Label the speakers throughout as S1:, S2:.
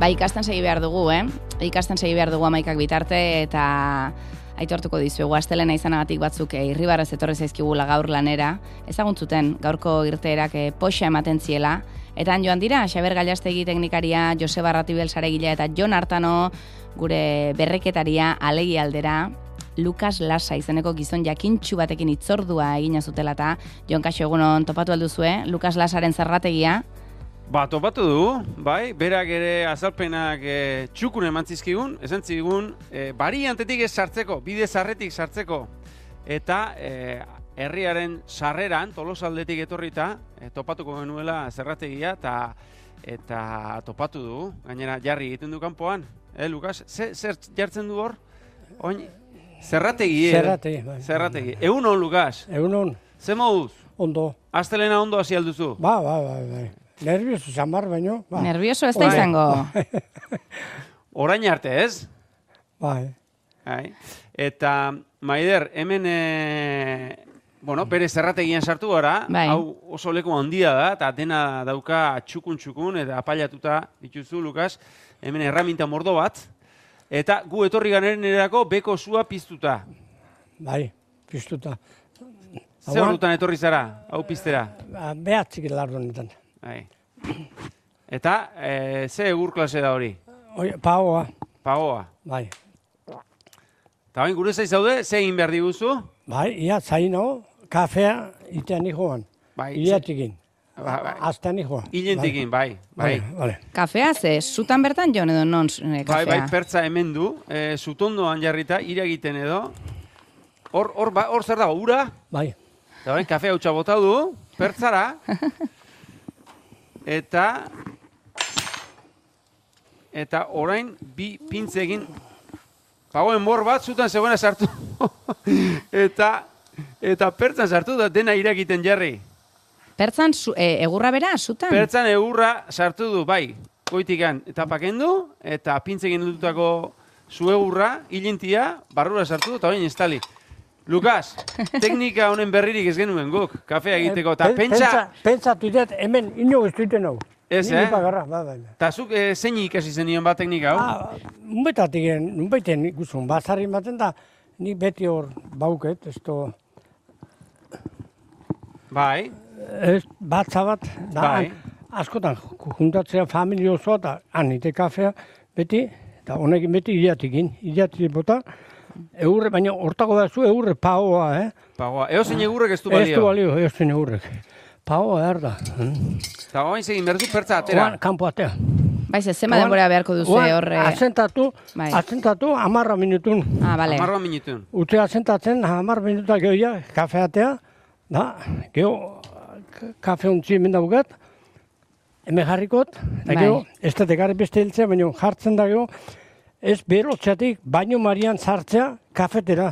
S1: Ba, ikasten segi behar dugu, eh? Ikasten segi behar dugu amaikak bitarte eta aitortuko dizuegu astelena izanagatik batzuk eh, irribarrez etorri zaizkigula gaur lanera. Ezaguntzuten gaurko irteerak eh, poxa ematen ziela. Eta han joan dira, Xaber Gallastegi teknikaria, Joseba Ratibel saregilea eta Jon Artano gure berreketaria alegi aldera. Lukas Lasa izeneko gizon jakintxu batekin itzordua egina zutela eta Jon Kaxo egunon topatu alduzue, Lukas Lasaren zerrategia,
S2: Ba, topatu du, bai, berak ere azalpenak e, txukun eman zizkigun, esan zigun, e, bariantetik ez sartzeko, bide zarretik sartzeko, eta e, herriaren sarreran, tolosaldetik etorrita, e, topatuko genuela zerrategia, eta eta topatu du, gainera jarri egiten du kanpoan, eh, Lukas, ze, zer jartzen du hor? Oin, zerrategi, eh?
S3: Zerrategi, bai.
S2: zerrategi. Egun hon, Lukas,
S3: Egun hon,
S2: ze moduz?
S3: ondo.
S2: Astelena ondo hasi alduzu?
S3: Ba, ba, ba, ba. Nervioso zamar baino, ba.
S1: nervioso ez da
S2: Bai.
S1: izango.
S2: Orain arte, ez?
S3: Bai.
S2: Bai. Eta, Maider, hemen, e, bueno, bere zerrategian sartu gara,
S1: Bai.
S2: hau oso leku handia da, eta dena dauka txukun-txukun, eta apailatuta dituzu, Lukas, hemen erraminta mordo bat, eta gu etorri ganeren erako beko zua piztuta.
S3: Bai, piztuta.
S2: Zer ordutan etorri zara, hau piztera.
S3: ba, behatzik lardu honetan.
S2: Bai. Eta, e, ze egur klase da hori,
S3: Oi, paoa,
S2: pagoa.
S3: bai.
S2: Eta bain gure zaiz daude, ze egin behar diguzu?
S3: Bai, ia zaino, kafea itean joan.
S2: Bai,
S3: Ileatikin,
S2: Ba, ba,
S3: azten joan.
S2: Ilentekin, bai, bai.
S3: Bai, bai.
S1: Kafea ze, zutan bertan jon edo non eh,
S2: Bai,
S1: kafea.
S2: bai, pertza hemen du, e, zutondoan jarrita, iragiten edo. Hor, hor, ba- hor zer dago, ura,
S3: bai.
S2: eta orain kafe hautsa bota du, pertzara. Eta, eta orain bi pintzekin, pagoen bor bat, zutan zegoena sartu. eta, eta pertzan sartu da dena iragiten jarri.
S1: Pertzan zu, e, egurra bera,
S3: Hmm.
S1: zutan?
S2: Pertzan egurra sartu du, bai, goitikan eta pakendu, eta pintzekin dutako zuegurra, hilintia, barrura sartu, eta orain estali. Lukas, teknika honen berririk ez genuen guk, kafea egiteko, eta
S3: Pe-
S2: pentsa,
S3: Eh, Pentsa tuitet, hemen ino guztuiten hau.
S2: Ez,
S3: Ni
S2: eh?
S3: Ipagarra, bai, bai. bai.
S2: eta zuk eh, zein ikasi zenion bat teknika hau?
S3: Ah, unbetatik, unbeten ikusun, bazarri ematen da, ni beti hor bauket, ez to,
S2: Bai,
S3: Ez, batza bat, da,
S2: Bai.
S3: han, askotan ju- juntatzea familia osoa, eta anite kafea, beti, eta honekin beti hilatekin, hilatik bota, eurre, baina hortako da zu eurre paoa, eh?
S2: pagoa, eo Ba, zein egurrek ez du
S3: Ez du
S2: balio.
S3: balio, ez du eurrek. Paoa behar da. hm?
S2: Eta orain zegin berdu pertza atera.
S3: Oan, kanpo atea.
S1: Bai, ze, zema denbora beharko duzu eh,
S3: Oan,
S1: horre.
S3: Azentatu,
S1: Bai.
S3: azentatu, amarra minutun.
S1: Ah, bale.
S2: Amarroa minutun.
S3: Utze azentatzen, hamar minuta gehoia, kafe atea, da, geho, k- kafe ontzi hemen daugat, hemen jarrikot,
S1: Bai.
S3: eta geho, ez da tegarri beste hiltzea, baina jartzen da geho, ez berotxatik, baino marian sartzea, kafetera,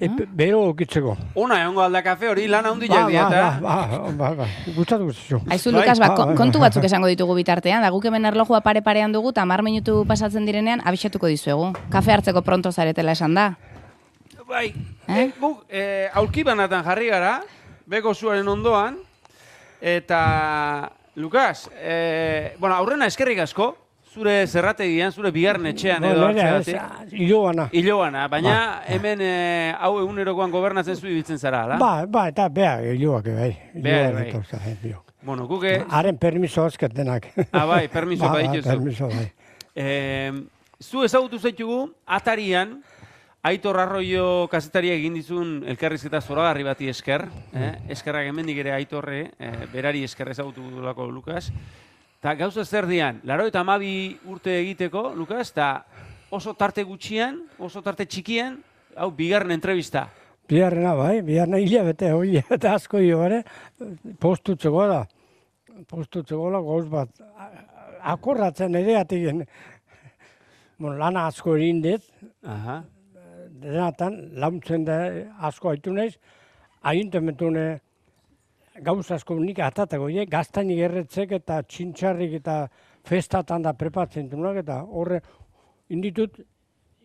S3: e,
S1: Ah.
S3: be- bero okitzeko.
S2: Ona egongo alda kafe hori lan handi jardia, eta...
S3: ba, ba, ba, ba, gustatuko zaizu.
S1: Aizu,
S2: Bai,
S1: Lukas, ba,
S3: ba,
S1: kon-
S3: bai.
S1: kontu batzuk esango ditugu bitartean, da guk hemen erlojua pare parean dugu, eta mar minutu pasatzen direnean, abixatuko dizuegu. Kafe hartzeko pronto zaretela esan da.
S2: Bai,
S1: Eh?
S2: eh? guk eh, aulki banatan jarri gara, beko zuaren ondoan, eta Lukas, eh, bueno, aurrena eskerrik asko, zure zerrategian, zure bigarren etxean edo
S3: Ba, nera, ez,
S2: hartzeagatik.
S3: Iloana.
S2: Iloana, baina hemen eh, hau egunerokoan gobernatzen zu ibiltzen zara, ala?
S3: Ba, ba, eta bea iloak, bai.
S2: Bea,
S3: Iloak
S2: bai.
S3: etortzen, eh, biok.
S2: Bueno, guk eh,
S3: Haren permiso azket denak.
S2: Ah, bai, permiso
S3: Ba, ba,
S2: badituzu.
S3: Permiso, bai.
S2: Eh, zu ezagutu zaitugu, atarian, Aitor Arroio kazetaria egin dizun elkarrizketa zoragarri bati esker, eh? eskerrak hemendik ere Aitorre, eh, berari esker ezagutu dulako Lukas. Ta gauza zer dian, laro eta amabi urte egiteko, Lukas, eta oso tarte gutxian, oso tarte txikian, hau bigarren entrevista.
S3: Biharrena, bai, biharrena hilabete, hoi hilabete asko dio, bare, postutzeko da, postutzeko da goz bat, A- akorratzen ere atigin, bon, lana asko egin dut,
S2: Aha.
S3: denatan, launtzen da eh, asko haitu naiz, agintementune gauza asko nik atatako, je, gaztainik erretzek eta txintxarrik eta festatan da prepatzen dunak, eta horre, inditut,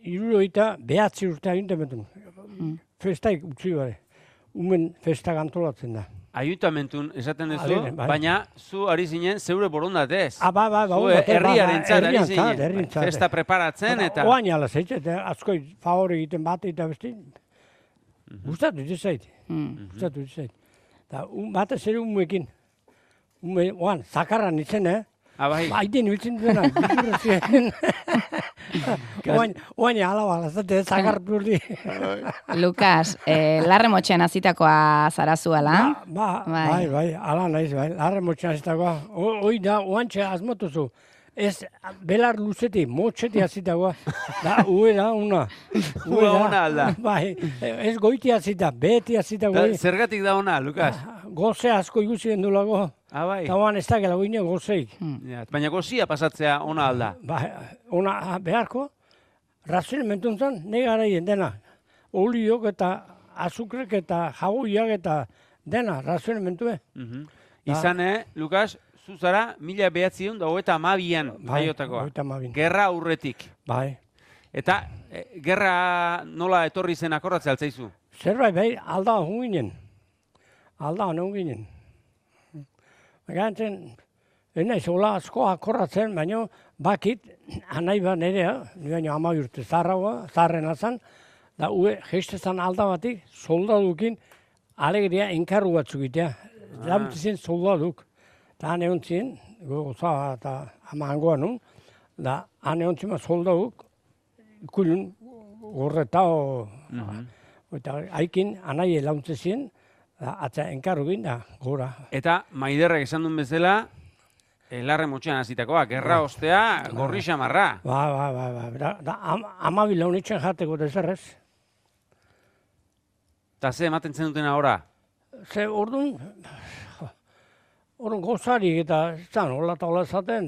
S3: iruroita behatzi urte agintementun, festaik utzi bare, umen festak antolatzen da.
S2: Ayuntamentun esaten duzu,
S3: Adire, bai.
S2: baina zu ari zinen zeure borondatez.
S3: Ah, ba, ba, ba,
S2: zu
S3: ondo, ba, ba,
S2: herriarentzat ari
S3: herriarentzat,
S2: zinen.
S3: herriarentzat.
S2: Festa preparatzen eta...
S3: Ba, Oain ala zait, eta asko favore egiten bat eta beste.
S2: Mhm.
S3: Gustatu ditu zait. Gustatu ditu zait. Ta um, batez ere umekin. Ume, oan, zakarran itzen, eh?
S2: Ah, bai.
S3: Baiten ibiltzen duena, bizurra ziren. Oain, oain alaba, eh? lazate, zakar turdi.
S1: Lukas, eh, larre motxean azitakoa zarazuala.
S3: Ba,
S1: Bai.
S3: bai, bai, ala naiz, bai, larre motxan ez dagoa. O- Hoi da, oantxe asmatuzu. Ez, belar luzeti, motxeti azitagoa. Da, ue da, una. Ue
S2: Ua
S3: da.
S2: ona alda.
S3: Bai, ez goiti azita, beti azita,
S2: Da,
S3: goi.
S2: zergatik da ona, Lukas?
S3: Goze asko ikusi den dulago.
S2: Ah, bai.
S3: Eta oan ez Ah, da gela guine gozeik.
S2: Ja, baina gozia pasatzea ona alda.
S3: Ba, ona ah, beharko, razil mentun zen, negara dena. Oliok eta azukrek eta jagoiak eta dena, razil mentue.
S2: Mhm. Izane, Lukas, zu zara mila behatzion da hogeita amabian
S3: Bai,
S2: jaiotakoa.
S3: hogeita hamabin.
S2: Gerra aurretik.
S3: Bai.
S2: Eta e, gerra nola etorri zen akordatzea altzaizu?
S3: Zerbait bai, alda hon ginen. Alda hon ginen. Gantzen, ena izola asko akorratzen, baino bakit, anai ba nerea, nire ama urte zarraua, zarrena zan, da ue, jestezan alda batik, soldadukin, alegria enkarru batzuk itea. Labutu ziren soldaduk. Eta han egon ziren, goza eta ama hangoa nun, da han egon ziren soldaduk, ikulun gorretao, Eta haikin anai launtze zien, da, atza enkarru egin da, gora.
S2: Eta maiderrek esan duen bezala, e, larre motxean hasitakoa, gerra
S3: Bai.
S2: ostea, gorri xamarra.
S3: Ba, ba, ba, ba, da, da am, amabi launitxen jateko da zerrez.
S2: Eta ze ematen zen duten ahora?
S3: Ze orduan, jo, orduan gozari eta zan, hola eta hola zaten.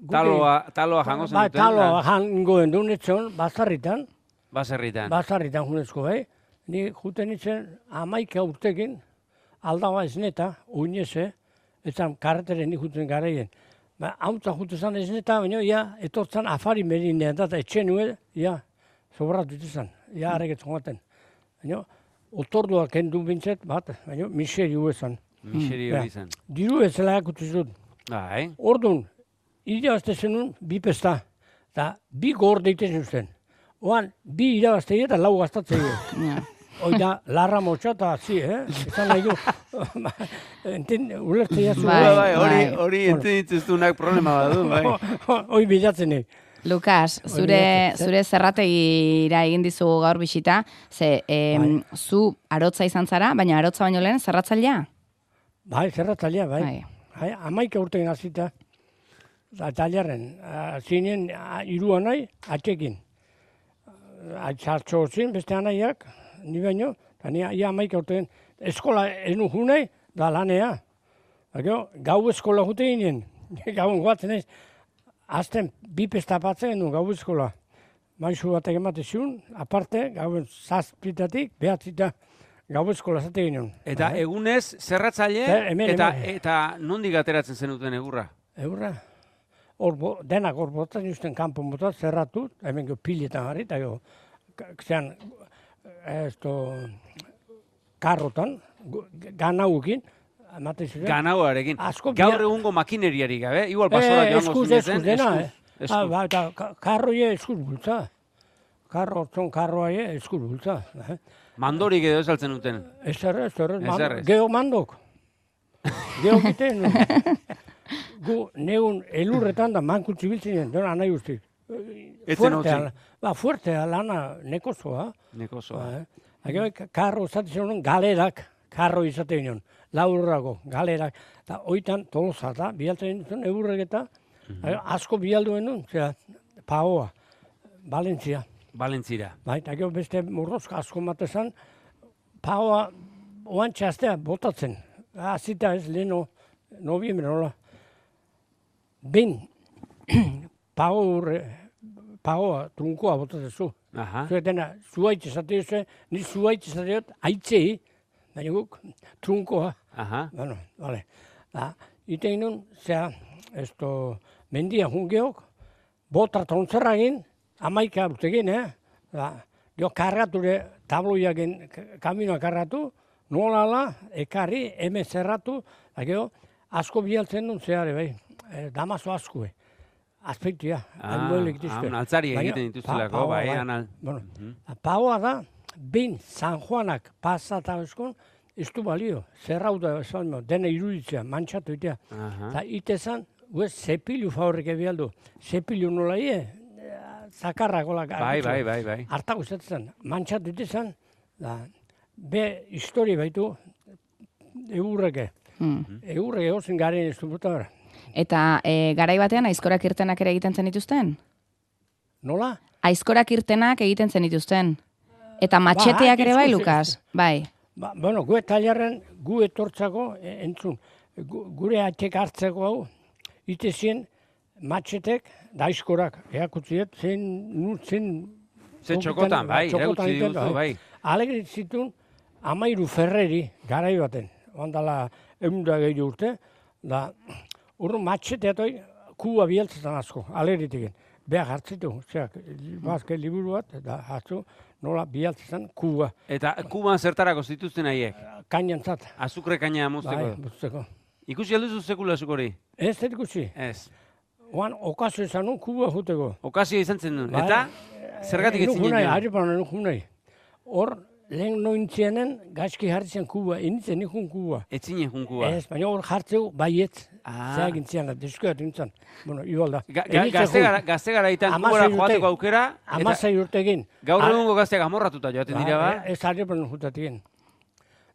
S3: guri-
S2: Taloa, taloa jango zen
S3: Ba,
S2: duten,
S3: taloa
S2: da,
S3: jangoen du nitzon, bazarritan,
S2: baserritan.
S3: bazarritan junezko, bai. Ni juten nitzen amaika urtekin, aldaba ez neta, oineze, eta karreteren ni juten garaien. Ba, hautza juten zan ez neta, baina, ja, etortzan afari merinean, eta etxe nuen, ja, sobratu izan, ja, arreketzen joaten. Baina, otorduak kendu bintzet, bat, baina, miseri huezan.
S2: Miseri
S3: Mm,
S2: hori zen.
S3: Diru ez zela jakutu zut.
S2: Bai,
S3: Orduan, irabazte zenun, bi pesta, eta bi gor deiten zen. Oan, bi irabazte eta lau gastatzen
S1: Ja.
S3: Hoi da, larra motxa eta zi, eh? Ezan nahi du, enten, eh? ulertzei jazu.
S1: Bai,
S2: Bai, bai, hori,
S1: bai.
S2: hori entenitzuztunak problema badu, bai.
S3: Hoi bilatzen nahi.
S1: Lukas, zure, zure zerrategira egin dizu gaur bisita, ze em, zu arotza izan zara, baina arotza baino lehen zerratzailea?
S3: Bai, zerra talia, bai.
S1: Bai.
S3: Bai, amaika urtekin azita. Da, taliarren, zinen ah, hiru anai, atxekin. Atxartxo zin, beste anaiak, ni baino, eta ni ia amaika urtekin. Eskola enu junei, da lanea. Da, gero, gau eskola jute ginen. Gau guatzen ez. Azten, bi pesta batzen genuen gau eskola. Maizu batek emate ziun, aparte, gauen zazpitatik, behatzita, gau eskola zate ginen.
S2: Eta egunez, zerratzaile,
S3: Bai. Zer, hemen,
S2: eta,
S3: hemen.
S2: eta nondik ateratzen zenuten egurra?
S3: Eurra, hor bo, denak hor botatzen usten kanpo botatzen, zerratu, hemen gero piletan jarri, eta gero, k- zean, eh, esto, karrotan, gu- ganauekin, ematen ziren.
S2: Ganauarekin.
S3: Asko
S2: Gaur
S3: bila-
S2: egungo makineriari gabe, igual pasora
S3: Eh,
S2: joango
S3: eskuz,
S2: zineten,
S3: eskuz, dena,
S2: eskuz,
S3: eh.
S2: eskuz.
S3: Ah, ba, eta ka- karroie eskuz bultza. Karro, zon karroa eh, eskuz bultza. Eh.
S2: Mandorik edo esaltzen duten.
S3: Ez errez, ez errez,
S2: Ez
S3: man,
S2: errez.
S3: geho mandok. Geho giten. Gu, neun, elurretan da mankutzi biltzinen, dena nahi guztik.
S2: Etzen
S3: Fuertea,
S2: utzi.
S3: la- ba, fuertea lana nekozoa.
S2: Neko zoa.
S3: Ba, eh? ka- karro izaten zenuen galerak, karro izaten nion, laurrago, galerak. Eta oitan tolosa da, bialtzen zen eurrek eta eh, asko bialdu genuen, zera, paoa, Valentzia.
S2: Valentzira.
S3: Bai, eta gero beste morrozka asko matezan, paoa oan txastea botatzen. Azita ez, leheno, noviembre nola. Behin, pao urre, paoa trunkoa botatzen zu.
S2: Aha.
S3: Zuek dena, zuaitz esate duzu, ni zuaitz esate dut, aitzei, baina guk, trunkoa.
S2: Aha.
S3: Bueno, vale. Da, ite inun, zera, esto, mendia jungeok, botra tontzerra egin, amaika Ah, urtegin, eh? Da, jo, kargature, tabloiak egin, k- kaminoa kargatu, nolala, ekarri, hemen zerratu, eta gero, asko bialtzen duen zehare, bai, e, damaso askue. Azpeitia,
S2: Ah,
S3: alboilik dizue.
S2: han altzari
S3: Baina,
S2: egiten dituztelako,
S3: paoa,
S2: bai, han al-
S3: Bueno, paoa da, bin San Juanak pasata eskon, ez du balio, zerrau da, esan no, dena iruditzea, mantxatu itea.
S2: Aha.
S3: Eta itezan, guez, zepilu favorrik ebialdu. Zepilu nola ie, eh, zakarrakolak.
S2: Bai,
S3: hartu.
S2: bai, bai, bai.
S3: Artago zetzen, mantxatu ditezan, da, be histori baitu, eurreke. Mm. Eurreke ozen garen ez duputa bera.
S1: Eta e, garai batean aizkorak irtenak ere egiten zen dituzten?
S3: Nola?
S1: Aizkorak irtenak egiten zen dituzten. Eta matxeteak
S3: Ba,
S1: ere bai,
S3: aizkorak-
S1: Lukas? Bai.
S3: Ba, bueno, gu tailerren, gu etortzako, e, entzun, gu, gure atxek hartzeko hau, itezien matxetek, daizkorak, eakutziet, zen, nu, zen...
S2: Ze txokotan, bai,
S3: ba, txokotan
S2: erakutsi
S3: egiten da,
S2: diguzu, bai.
S3: Alegre zitun, amairu ferreri, garai baten, ondala, egun da gehi urte, da, urru matxeteatoi, kuba bieltzetan asko, alegritik. Beak hartzitu, zeak, bazke liburu bat, da hartzu, nola bieltzetan kuba,
S2: Eta Kuban zertarako zituzten haiek?
S3: kainantzat.
S2: Azukre kaina
S3: Bai,
S2: mozteko.
S3: butzeko.
S2: Ikusi alduzu sekula hori?
S3: Ez dut gutxi.
S2: Ez.
S3: Oan, okazio izan nun, kuba juteko.
S2: Okazio izan zen duen.
S3: Bai. Eh,
S2: Eta zergatik ez
S3: Nun
S2: zinen
S3: junai,
S2: joan?
S3: Aripan nun junai. Hor, lehen nointzienen, gaizki jarri zen kuba, initzen nikun kuba.
S2: Ez zinen junkua.
S3: Ez, baina hor jartzeu bai baietz,
S2: Ah.
S3: zeak intzian da, diskoet intzan. Bueno, igual da.
S2: Ga- ga- Gazte gara, gazte garaitan kubara joateko aukera. Eta
S3: Amazai urtegin.
S2: gaur
S3: Ah,
S2: egungo gazteak amorratuta joaten dira ba.
S3: Bai, Ez aripan nun jutatikien.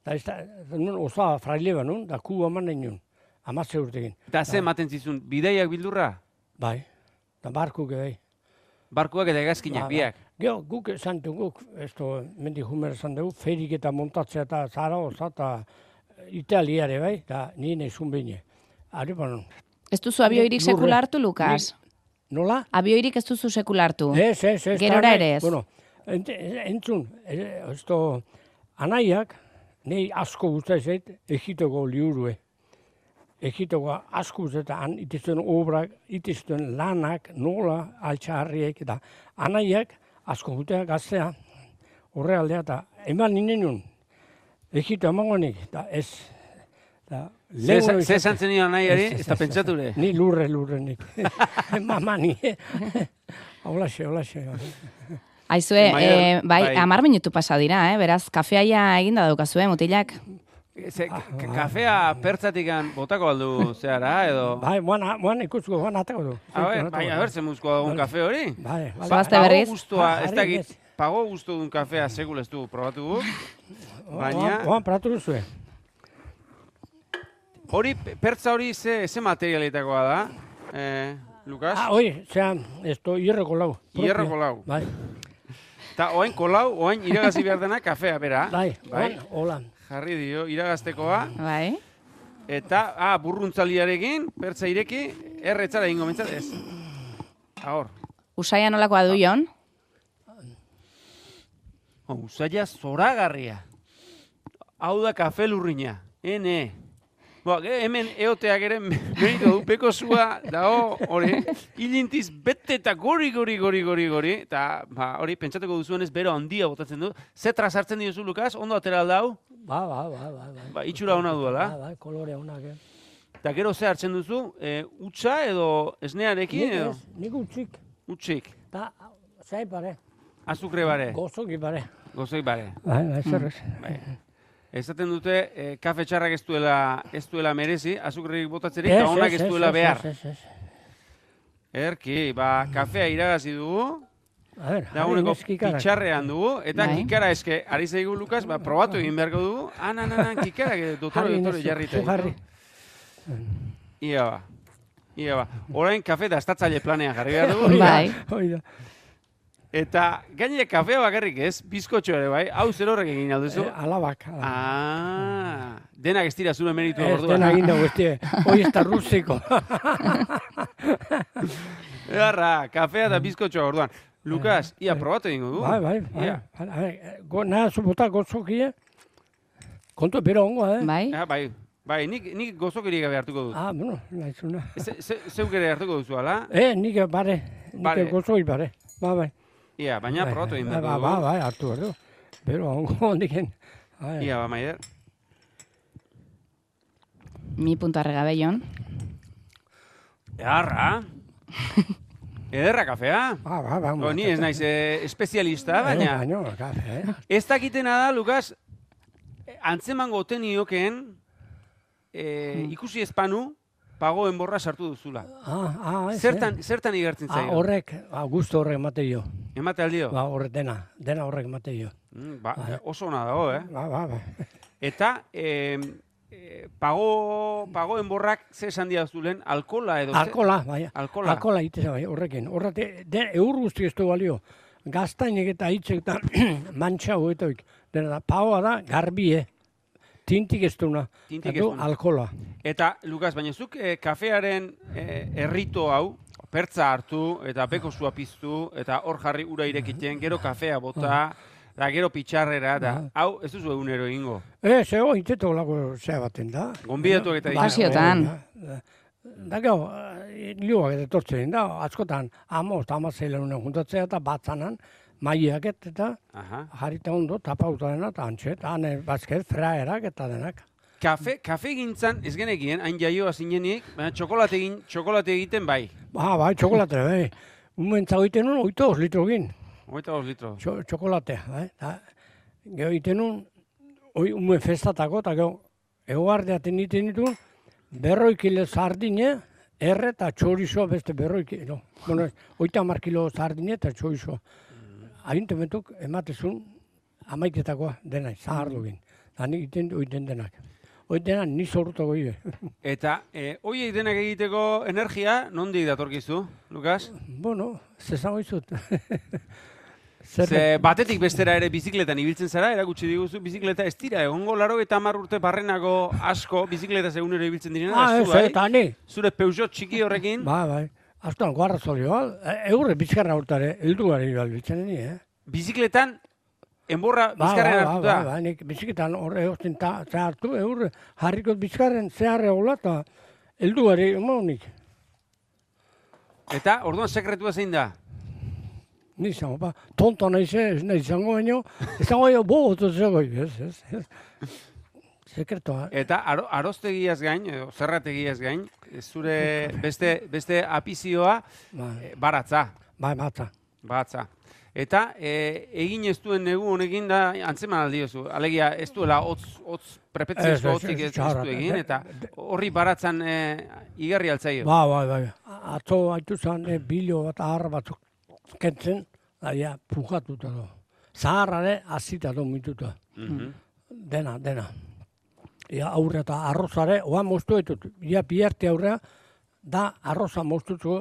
S3: Da, ez da, nun, osa fraileba nun, da kuba manen nun. Amazai urtegin.
S2: Eta ze ematen zizun, bideiak bildurra?
S3: Bai, da barkuk bai.
S2: Barkuak eta
S3: Ba,
S2: hegazkinak
S3: ba.
S2: biak.
S3: Gero, guk esan dugu, ez du, mendi humer esan dugu, ferik eta montatzea eta zara oza eta italiare bai, eta nien ezun bine. Aripan,
S1: Ez duzu abioirik
S3: Lurre.
S1: sekula hartu, Lukas?
S3: nola?
S1: Abioirik ez duzu sekula hartu.
S3: Ez, ez, ez.
S1: Gerora
S3: da,
S1: ere ez.
S3: Bueno, ent, entzun, eh, ez du, anaiak, nei asko guztai zait, egiteko liurue. Egiteko asko guztai, eta han itizuen obrak, itizuen lanak, nola, altxarriek, eta anaiak, asko gutea gaztea, horre aldea, eta eman ninen nun. Egito emango nik, eta ez. Eta
S2: Ze
S3: lehengo
S2: ze
S3: izan-
S2: esan zenion nahiari,
S3: Ez, ez,
S2: ez da
S3: ez,
S2: pentsature.
S3: Ni lurre, lurre nik. Mama ni. Olaxe, olaxe.
S1: Aizue, e,
S2: Maider,
S1: bai,
S2: bai.
S1: amar minutu pasa dira, eh? beraz, kafeaia eginda daukazue, mutilak.
S2: Ze,
S3: Ah,
S2: ka- ka- kafea pertsatikan botako aldu zeara, edo...
S3: Bai, moan, moan ikusko, moan atako Ba, du.
S2: A ber, bai, a ber, ze muzkoa dugun kafe hori.
S3: Bai, bai.
S1: Zoazte
S3: Ba-
S1: berriz.
S2: guztua, ez
S3: Jarri
S2: dakit,
S3: ez.
S2: pago guztu duen kafea sekul ez du probatu guk, baina
S3: Moan- Moan pratu duzue.
S2: hori, pertsa hori ze, ze materialetakoa da, eh, Lukas?
S3: Ah, oi, zea, ez du, hierroko lau. propio.
S2: Hierroko lau.
S3: Bai,
S2: Eta oain kolau, oain iragazi behar dena kafea, bera.
S3: bai, bai. Hola.
S2: Jarri dio, iragaztekoa.
S1: Bai.
S2: Eta, ah, burruntzaliarekin, pertsa ireki, erretzara ingo mentzat, ez. Ahor.
S1: Usaia nolakoa du jon?
S2: Oh, Usaia zoragarria. Hau da kafe lurrina. Ene. Ba, ge- hemen eoteak ere meritu du peko zua dago hori. Ilintiz bete eta gori, gori, gori, gori, gori. Eta ba, hori pentsatuko duzuenez bero handia botatzen du. Zetra sartzen diozu, Lukas, ondo atera alda hau.
S3: Ba, ba, ba, ba, ba.
S2: Ba, itxura ona duela.
S3: Ba, ba, kolore honak. eh.
S2: Eta gero ze hartzen duzu, e, utxa edo esnearekin
S3: Nik
S2: edo
S3: ez, nik utzik.
S2: utxik.
S3: Ta, zai pare,
S2: Azukre bare,
S3: gozoki pare.
S2: gozoi bare.
S3: Bai, bai, zer ez.
S2: Esaten dute, eh, kafe txarrak ez duela, ez duela merezi, azukrerik botatzerik,
S3: Ez,
S2: eta onak
S3: ez,
S2: ez
S3: ez,
S2: duela
S3: ez,
S2: behar.
S3: ez, ez, ez.
S2: Erki, ba, kafea iragazi dugu,
S3: A ber, jarri
S2: dagoeneko
S3: neskikarak.
S2: pitxarrean dugu, eta
S1: Bai.
S2: kikara eske, ari zaigu Lukas, ba, probatu egin beharko dugu, Ah, ana, ana, ana, kikara, que dotore,
S3: Jarri
S2: dotore,
S3: nezu,
S2: jarri
S3: zu
S2: eta.
S3: jarri.
S2: Ia ba, ia ba. Orain kafe da estatzaile planean jarri behar dugu.
S1: Bai.
S3: Hoi da.
S2: Eta gainera kafea bakarrik ez, bizkotxo ere bai, hau zer horrek egin alduzu.
S3: Eh, Alabak. alabak.
S2: Ah, denak ez dira zure meritu
S3: Ez
S2: orduan.
S3: dena egin dugu, ez die. Hoi ez da rusiko.
S2: Eharra, kafea eta bizkotxoa orduan. Lukas, ia probatu egingo du.
S3: Eh, Bai, bai, bai.
S2: Ia.
S3: A- a- e, Go, nahi zuputa gozokie. eh. Kontu bero ongoa, eh?
S1: Bai.
S2: Ah, bai, bai, nik, nik gozokeri gabe hartuko dut.
S3: Ah, bueno, nahizuna.
S2: Ze, ze, zeuk ere hartuko duzu, ala?
S3: Eh, nik bare,
S2: Bare.
S3: nik gozoki bare. Ba, bai.
S2: Ia, baina
S3: Bai,
S2: probatu egin
S3: bai,
S2: beharko
S3: Ba,
S2: dugu.
S3: ba, bai, hartu behar du. Bero ongo ondiken. Bai,
S2: Ia, ba, maider.
S1: Mi puntu arregabellon.
S2: Eharra. Ederra kafea.
S3: Ba, ba, ba.
S2: Go, ni ez naiz eh, espezialista,
S3: Baina,
S2: baina
S3: baina, kafe, eh?
S2: ez dakitena da, Lukas, antzemango ote niokeen eh,
S3: Hmm.
S2: ikusi espanu pagoen borra sartu duzula.
S3: Ah, ah, ez,
S2: Zertan,
S3: eh?
S2: zertan igertzen
S3: Ah,
S2: zaio?
S3: horrek, ah, gusto horrek emate jo.
S2: Emate aldio?
S3: Ba, horrek dena, dena horrek emate jo.
S2: Mm, Ba, oso ona dago, eh?
S3: Ba, ba, ba.
S2: Eta em, eh, pago, pago enborrak ze esan diazu lehen, alkola edo... ze-
S3: Alkola, bai.
S2: Alkola.
S3: Alkola itesa, bai, horrekin. Horrate, de, eur guzti ez du balio. Gaztainek eta hitzek eta mantxa hoetoik. Dena da, paoa da, garbie. Tintik ez duna.
S2: Tintik
S3: Eta du
S2: ez duena.
S3: Alkola.
S2: Eta, Lukas, baina zuk eh, kafearen eh, errito hau, pertza hartu eta beko zua piztu, eta hor jarri ura irekiten, gero kafea bota, da gero pitxarrera, da, hau ez duzu egunero egingo.
S3: Ez, ego, inteto lago zea baten da.
S2: Gonbidatu eta
S1: Ba,
S2: ditu.
S1: Pasiotan.
S3: Da, da gau, eh, liuak eta etortzen da, askotan, amos, amazeleunen juntatzea eta batzanan, maiak eta
S2: Aha.
S3: jarrita ondo, tapauta dena, eta antxe, eta hane, bazker, fraerak eta denak.
S2: Kafe, kafe gintzan ez genekien, hain jaioa zinenik, baina txokolate, egin, txokolate egiten bai.
S3: Ba, bai, txokolate, bai. Umentza egiten nun, oito os litro gin,
S2: Hogeita bost litro.
S3: txo, txokolatea, bai. Da, geho egiten nun, oi, umen festatako, eta geho, eguardeaten egiten ditu, berroi kilo sardine, erre eta txorizo beste berroi kilo. Bueno, oita mar kilo sardine eta txorizo. Agintementuk ematezun amaitetakoa dena, zahardugin. Da nik egiten oiten denak. Oiten denak, ni sortuko gire.
S2: Eta e, hoiek denak egiteko energia nondik datorkizu, Lukas?
S3: Bueno, zesango izut. Zer,
S2: Ze batetik bestera ere bizikletan ibiltzen zara, erakutsi diguzu bizikleta ez dira egongo laro eta hamar urte barrenako asko bizikleta egunero ibiltzen direna.
S3: ah,
S2: zu,
S3: ez,
S2: bai?
S3: eta ni.
S2: Zure Peugeot txiki horrekin,
S3: Ba, bai. Aztan, guarra zorioa, e- eurre bizkarra hortare, hildu gari galbitzen ni, eh?
S2: bizikletan enborra
S3: Ba,
S2: bizkarrean
S3: ba,
S2: hartuta.
S3: ba, ba, nik biziketan horre egosten ta, ta hartu, eurre jarriko bizkarren zeharre hola, eta hildu gari, nik, ba.
S2: Eta orduan sekretua zein da?
S3: ni izango, ba, tonto nahi ze, ez nahi izango baino, izango baino, bo, otu zego, ez, ez, ez. Sekretua,
S2: Eta aro, aroztegiaz gain, edo zerrategiaz gain, e, zure beste, beste apizioa
S3: ba,
S2: e, baratza.
S3: bai, batza.
S2: Batza. Eta e, egin ez duen negu honekin da antzeman aldiozu. Alegia, ez duela hotz, hotz
S3: Ez, ez,
S2: prepetzizko hotzik
S3: ez,
S2: ez, ez
S3: txarra,
S2: du egin,
S3: de-
S2: eta horri baratzan e, igarri altzaio.
S3: Ba, bai, bai. A- Atzo haitu zan, e, bilo bat ahar batzuk kentzen, daia, pujatuta do. Zaharrare azita do mituta.
S2: Mhm.
S3: Dena, dena. Ia aurre eta arrozare, oa moztu ditut. Ia biarte aurrea, da arroza moztutzu,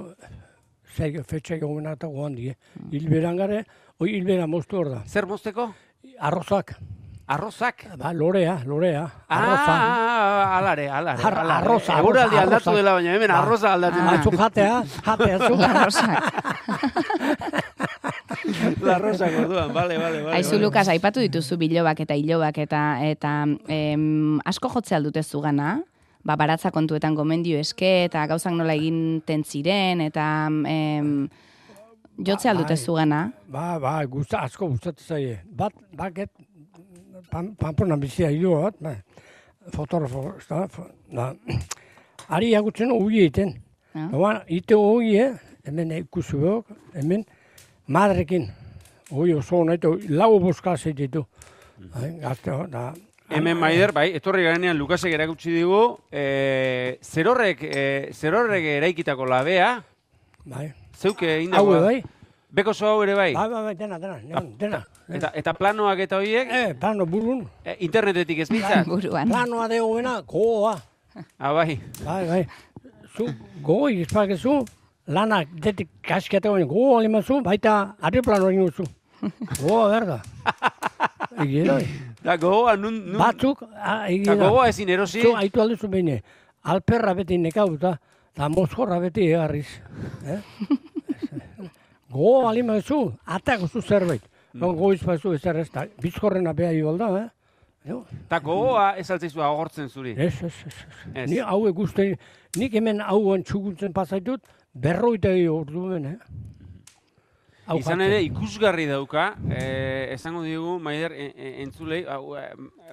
S3: zei fetxek egona eta goan die. Hilberan gare, oi hilbera moztu hor da.
S2: Zer mozteko?
S3: Arrozak,
S2: Arrozak.
S3: ba, lorea, lorea, arroza.
S2: Ah, alare, alare.
S3: Ar-
S2: alare.
S3: arroza, arroza,
S2: Eguraldi aldatu
S3: arroza.
S2: dela, baina hemen
S3: Ba.
S2: arroza aldatu
S1: Ah.
S3: Batzuk jatea, jatea zu.
S1: Arrosak.
S2: dela arroza gorduan, bale, bale,
S3: Bai,
S2: bale.
S1: Aizu, Lukas, aipatu dituzu bilobak eta ilobak eta eta em, asko jotze aldute zugana. Ba, baratza kontuetan gomendio eske eta gauzak nola egin ziren eta em, jotze aldute
S3: Bai.
S1: zugana.
S3: Ba, ba, gusta, asko gustatzen zaie. Bat, baket, pan, panponan bizia hilo bat, ba, fotografo, ez da, fo- da, ari jagutzen ugi egiten.
S1: Ja.
S3: Oan, ite ugi, eh, hemen ikusi behok, hemen madrekin. Ugi oso hona eta lau boska ditu. Mm. Gazte, hor, da,
S2: Hemen maider, bai, etorri garenean Lukasek erakutsi digu, e, zerorrek, e, zerorrek eraikitako labea,
S3: bai.
S2: zeuke egin
S3: Hau, bai,
S2: Beko zo hau ere bai.
S3: bai, bai, bai, dena, dena, neon, dena.
S2: Eta, eta planoak eta horiek
S3: Eh, plano burun,
S2: eh, internetetik ez
S3: Bai.
S2: bitzat.
S1: Buruan.
S3: planoa de hoena, goa.
S2: Ah, bai.
S3: Bai, bai. Zu, gogoi izpakezu, lanak detik kasketa goen, gogo alimazu, baita aeroplano egin duzu. Gogo berda. Egidoi.
S2: Da gogoa nun... nun
S3: Batzuk, a-
S2: da
S3: egidoi.
S2: gogoa ezin erosi.
S3: Zu, haitu alduzu behine, eh? alperra beti nekauta, eta mozkorra beti egarriz. Eh? gogo alimazu, atako zu zerbait.
S2: Mm.
S3: Non gogo izpakezu ezer ez da, bizkorrena beha ibalda, eh? Jo,
S2: Da gogoa ez altzaizu agortzen zuri.
S3: Ez, ez, ez. ez.
S2: Ez.
S3: Ni e hau ikusten, nik hemen hauan txukuntzen pasaitut, berroita gehi ordu hemen, eh? Hau
S2: Izan
S3: jartzen.
S2: ere, ikusgarri dauka, e, esango digu, maider, e, e, entzulei, hau, e,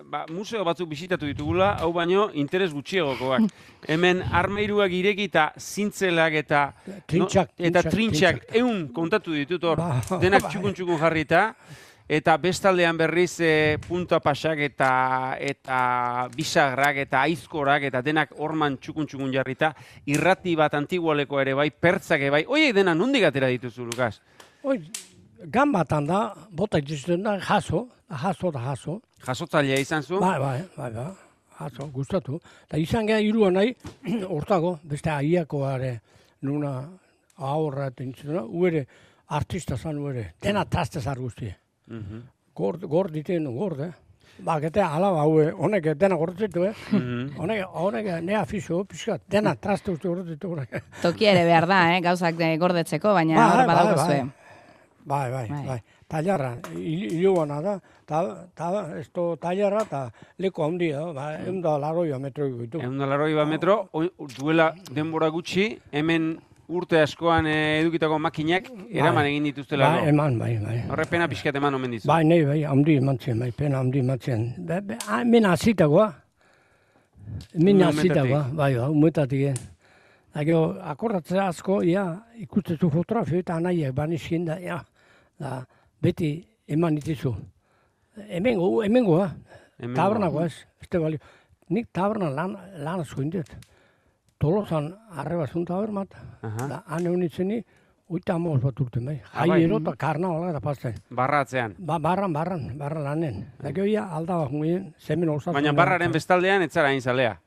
S2: ba, museo batzuk bisitatu ditugula, hau baino interes gutxiagokoak. Hemen armeiruak ireki eta zintzelak eta
S3: Trintxak,
S2: eta
S3: trintxak,
S2: trintxak,
S3: trintxak.
S2: ehun kontatu ditut hor,
S3: Ba,
S2: denak
S3: ba,
S2: txukun-txukun jarrita, eta bestaldean berriz e, punta pasak eta eta bisagrak eta aizkorak eta denak orman txukun-txukun jarrita, irrati bat antigualeko ere bai, pertzak ere bai, oiek dena nondik atera dituzu, Lukas?
S3: Oi, ganbatan da, bota dituzten da, jaso, jaso da jaso.
S2: Jasotzailea izan zu?
S3: Bai, bai, bai, bai. Atzo, gustatu. Ta izan gea hiru nahi, hortago, beste aiakoare nuna ahorra eta intzuna, uere artista zan uere, dena tazte zar guzti.
S2: Mhm,
S3: Gord, gord diten, gord, eh? Ba, gete alaba, haue, honek dena gordetu, eh?
S2: mhm.
S3: Honek, honek, ne afixo, pixka, dena traste uste gordetu, honek.
S1: Tokia ere behar da, eh, gauzak eh, gordetzeko, baina
S3: Bai,
S1: hor
S3: bai,
S1: badaukazue.
S3: bai. Bai, bai,
S1: Bai.
S3: bai. Tailarra, iluana da, ta, ta, esto tailarra, eta leko handia, ba, egun da laroia metroiko ditu.
S2: Ehun da laurogei bat metro, oi- duela denbora gutxi, hemen urte askoan eh, edukitako makinak eraman egin dituztela.
S3: Bai. Ba, eman, bai, bai.
S2: Horre pena pixkat eman omen dizu.
S3: Bai, nahi, bai, handi eman zen, bai, pena handi eman zen. Be, be, ha, min azitakoa. Min
S2: Ni
S3: azitakoa, bai, bai, umetatik. eh. Da, gero, akorratzea asko, ia, ikustezu fotografio eta anaiak banizkin da, ia, da, beti eman ditizu. Hemengo, hemengoa,
S2: Hemengoa.
S3: tabernakoa eh. ez, beste balio. Nik taberna lan, lan asko indet. Tolosan arrebazun tabermat,
S2: Aha.
S3: da, han eunitzeni, oita amoz bat urte, bai.
S2: Ah,
S3: Jai
S2: bai.
S3: ero eta karnavala da pasten.
S2: Barratzean.
S3: Ba, barran, barran, barran lanen. Da gehioia alda bat guen, zemen osatzen.
S2: Eh. Baina barraren bestaldean etzara hain zalea.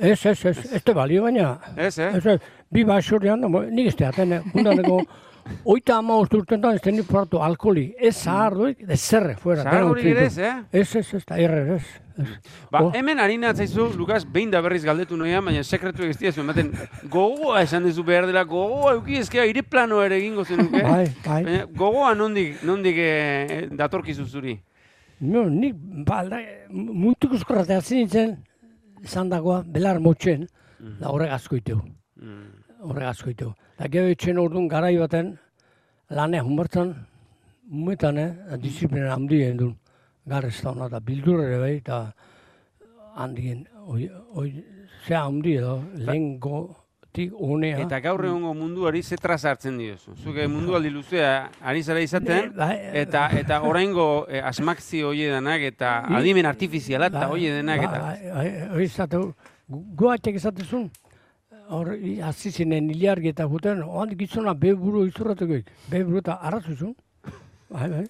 S3: Ez, ez, ez, ez te balio baina.
S2: Ez, eh?
S3: Ez, ez, bi basurrean, mo- nik ez teaten, eh? Jundaneko, oita ama urten da, ez tenik portu alkoholi. Ez zaharduik, ez zerre, fuera. dena
S2: Zahardurik
S3: utzi
S2: ere
S3: ditu.
S2: ez, eh?
S3: Ez, ez, ez, da errer, ez. ez.
S2: Ba,
S3: Oh.
S2: hemen ari natzaizu, Lukas, behin da berriz galdetu noian, baina sekretu ez diazu, ematen gogoa esan dizu behar dela, gogoa euki ezkea, ire plano ere egingo zenuke.
S3: Bai, bai.
S2: Baina gogoa nondik, nondik eh, datorkizu zuri.
S3: No, nik, ba, alda, muituk uskorratea nintzen, izan dagoa, belar motxen,
S2: Mhm.
S3: da horrek asko ditu.
S2: Mm.
S3: horrek asko ditu. Da gero etxen orduan garai baten lanea humbertzen, umetan, eh, disiplina handien duen. Gar ez da hona, da bildur ere bai, eta handien, oi, oi, zea handi edo, lehen gotik honea.
S2: Ba- Eta
S1: Mm.
S2: gaur egungo munduari ze traza hartzen diozu. Zuke mundu aldi luzea ari zara
S1: Eh,
S2: izaten,
S3: Bai,
S2: eta eta oraingo eh, asmakzi hoi denak, eta adimen artifiziala
S1: ba-
S2: eta hoi denak, eta...
S3: Ba, Hori izateu, goatek izatezun, hor, i- hasi zinen hilargi eta juten, oan gizona beburu izurratuko ik, beburu eta arrazuzun. Bai, bai.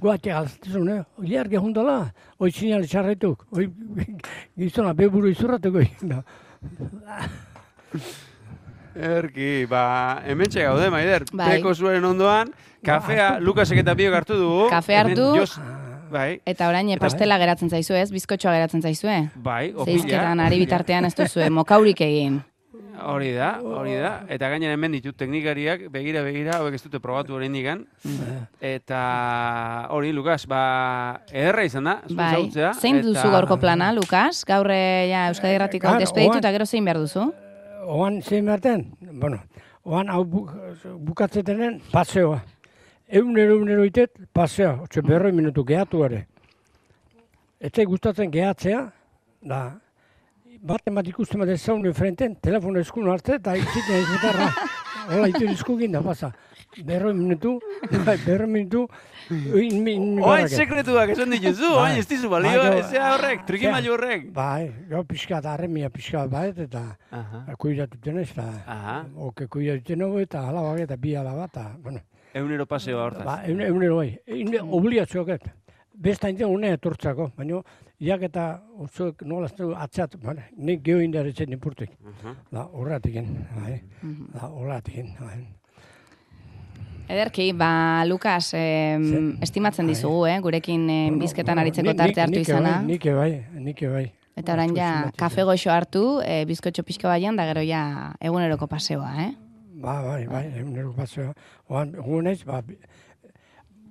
S3: Goatek alzatezun, eh? Hilargi jundala, hoi sinale txarretuk, hoi gizona beburu izurratuko ik. Da.
S2: Erki, ba, hemen gaude, maider.
S1: Bai. Ba.
S2: Peko zuaren ondoan, kafea, Lukasek eta biok hartu dugu.
S1: Kafea Ah.
S2: Hemen
S1: hartu.
S2: Jos, bai,
S1: Eta orain eh, pastela geratzen zaizue ez, bizkotxoa geratzen zaizue.
S2: bai, opila.
S1: Zeizketan ari bitartean ez duzue, mokaurik egin.
S2: Hori da, hori da. Eta gainera hemen ditut teknikariak, begira, begira, hauek ez dute probatu oraindik.
S3: Mm.
S2: Eta hori, Lukas, ba, ederra izan da, zuk
S1: Bai.
S2: ezagutzea,
S1: Zein
S2: eta-
S1: duzu gaurko plana, Lukas? Gaur eh, ja, Euskadi Erratiko
S3: Gaur,
S1: despeditu
S3: oan-
S1: eta gero zein behar duzu?
S3: Oan zein berten, bueno, oan hau bu, bukatzetenen paseoa. Eunero, eunero itet, pasea, otxe berroi minutu gehatu ere. Eta gustatzen gehatzea, da, baten bat ikusten bat ezagun frenten, telefono eskun arte, eta itziten ez betarra. Hola, itun eskugin da, pasa. Berroi minutu, bai, berroi minutu, in, in, in,
S2: Oain sekretuak esan dituzu, oain ez dizu balio,
S3: Bai, jo.
S2: ezea horrek, trikimailu horrek.
S3: Bai, jo pixka da, arremia pixka bat, bai, eta
S2: Aha,
S3: kuidatu denez, ba, eta...
S2: aha,
S3: Oke, kuidatu denu eta alabak eta bi alaba eta, bueno,
S2: eunero paseoa hortaz.
S3: ba, eun, eunero bai, eune, obligatzioket. Besta intzen une etortzako, baina jak eta otzok nola zeu atzat, bale, nik geho indaretzen nipurtik. Da, horratikin, bai, da, horratikin, bai.
S1: Ederki, ba, Lukas, em, estimatzen dizugu, eh, gurekin eh, bizketan aritzeko tarte hartu izana.
S3: Nik bai, nik bai.
S1: Eta orain ja, kafe goxo hartu, eh, bizkotxo pixka baian, da gero ja eguneroko paseoa, eh?
S3: Ba, bai, bai, egunero paseo. Oan, gunez, ba, bi-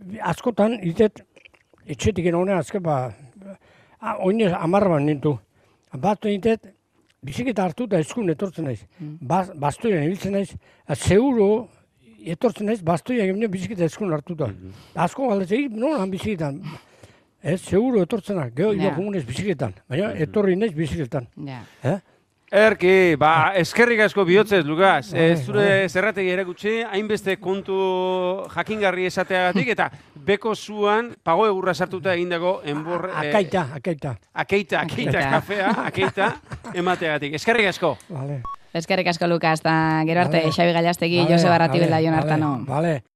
S3: bi- askotan, itet, etxetik honen azke, ba, a, oinez amarban nintu. Bat itet, biziketa hartu eta eskun etortzen naiz. Baz, bastoian ibiltzen naiz, a, zeuro, etortzen ez, bastoia geminen bizikita eskun hartu da. Asko galdetze, "Ih, nolan bizikitan? Ez, seguru etortzenak, geho,
S1: Ja.
S3: yeah. jokungun ez bizikitan. Baina, etorri nez bizikitan.
S1: Ja.
S3: Eh?
S2: Erki, ba, eskerrik asko bihotzez, Lukas.
S3: Bai,
S2: Ez zure zerrategi erakutsi, hainbeste kontu jakingarri esateagatik, eta beko zuan, pago egurra sartuta egindako enbor... eh,
S3: Akaita, akaita.
S2: akeita, akeita,
S1: Akeita.
S2: kafea, akeita, emateagatik. Eskerrik asko.
S3: Vale.
S1: Eskerrik asko Lukas, da gero arte,
S3: Vale.
S1: Xabi Gailastegi, Jose Barrati Belda, Jon Artano.
S3: Vale.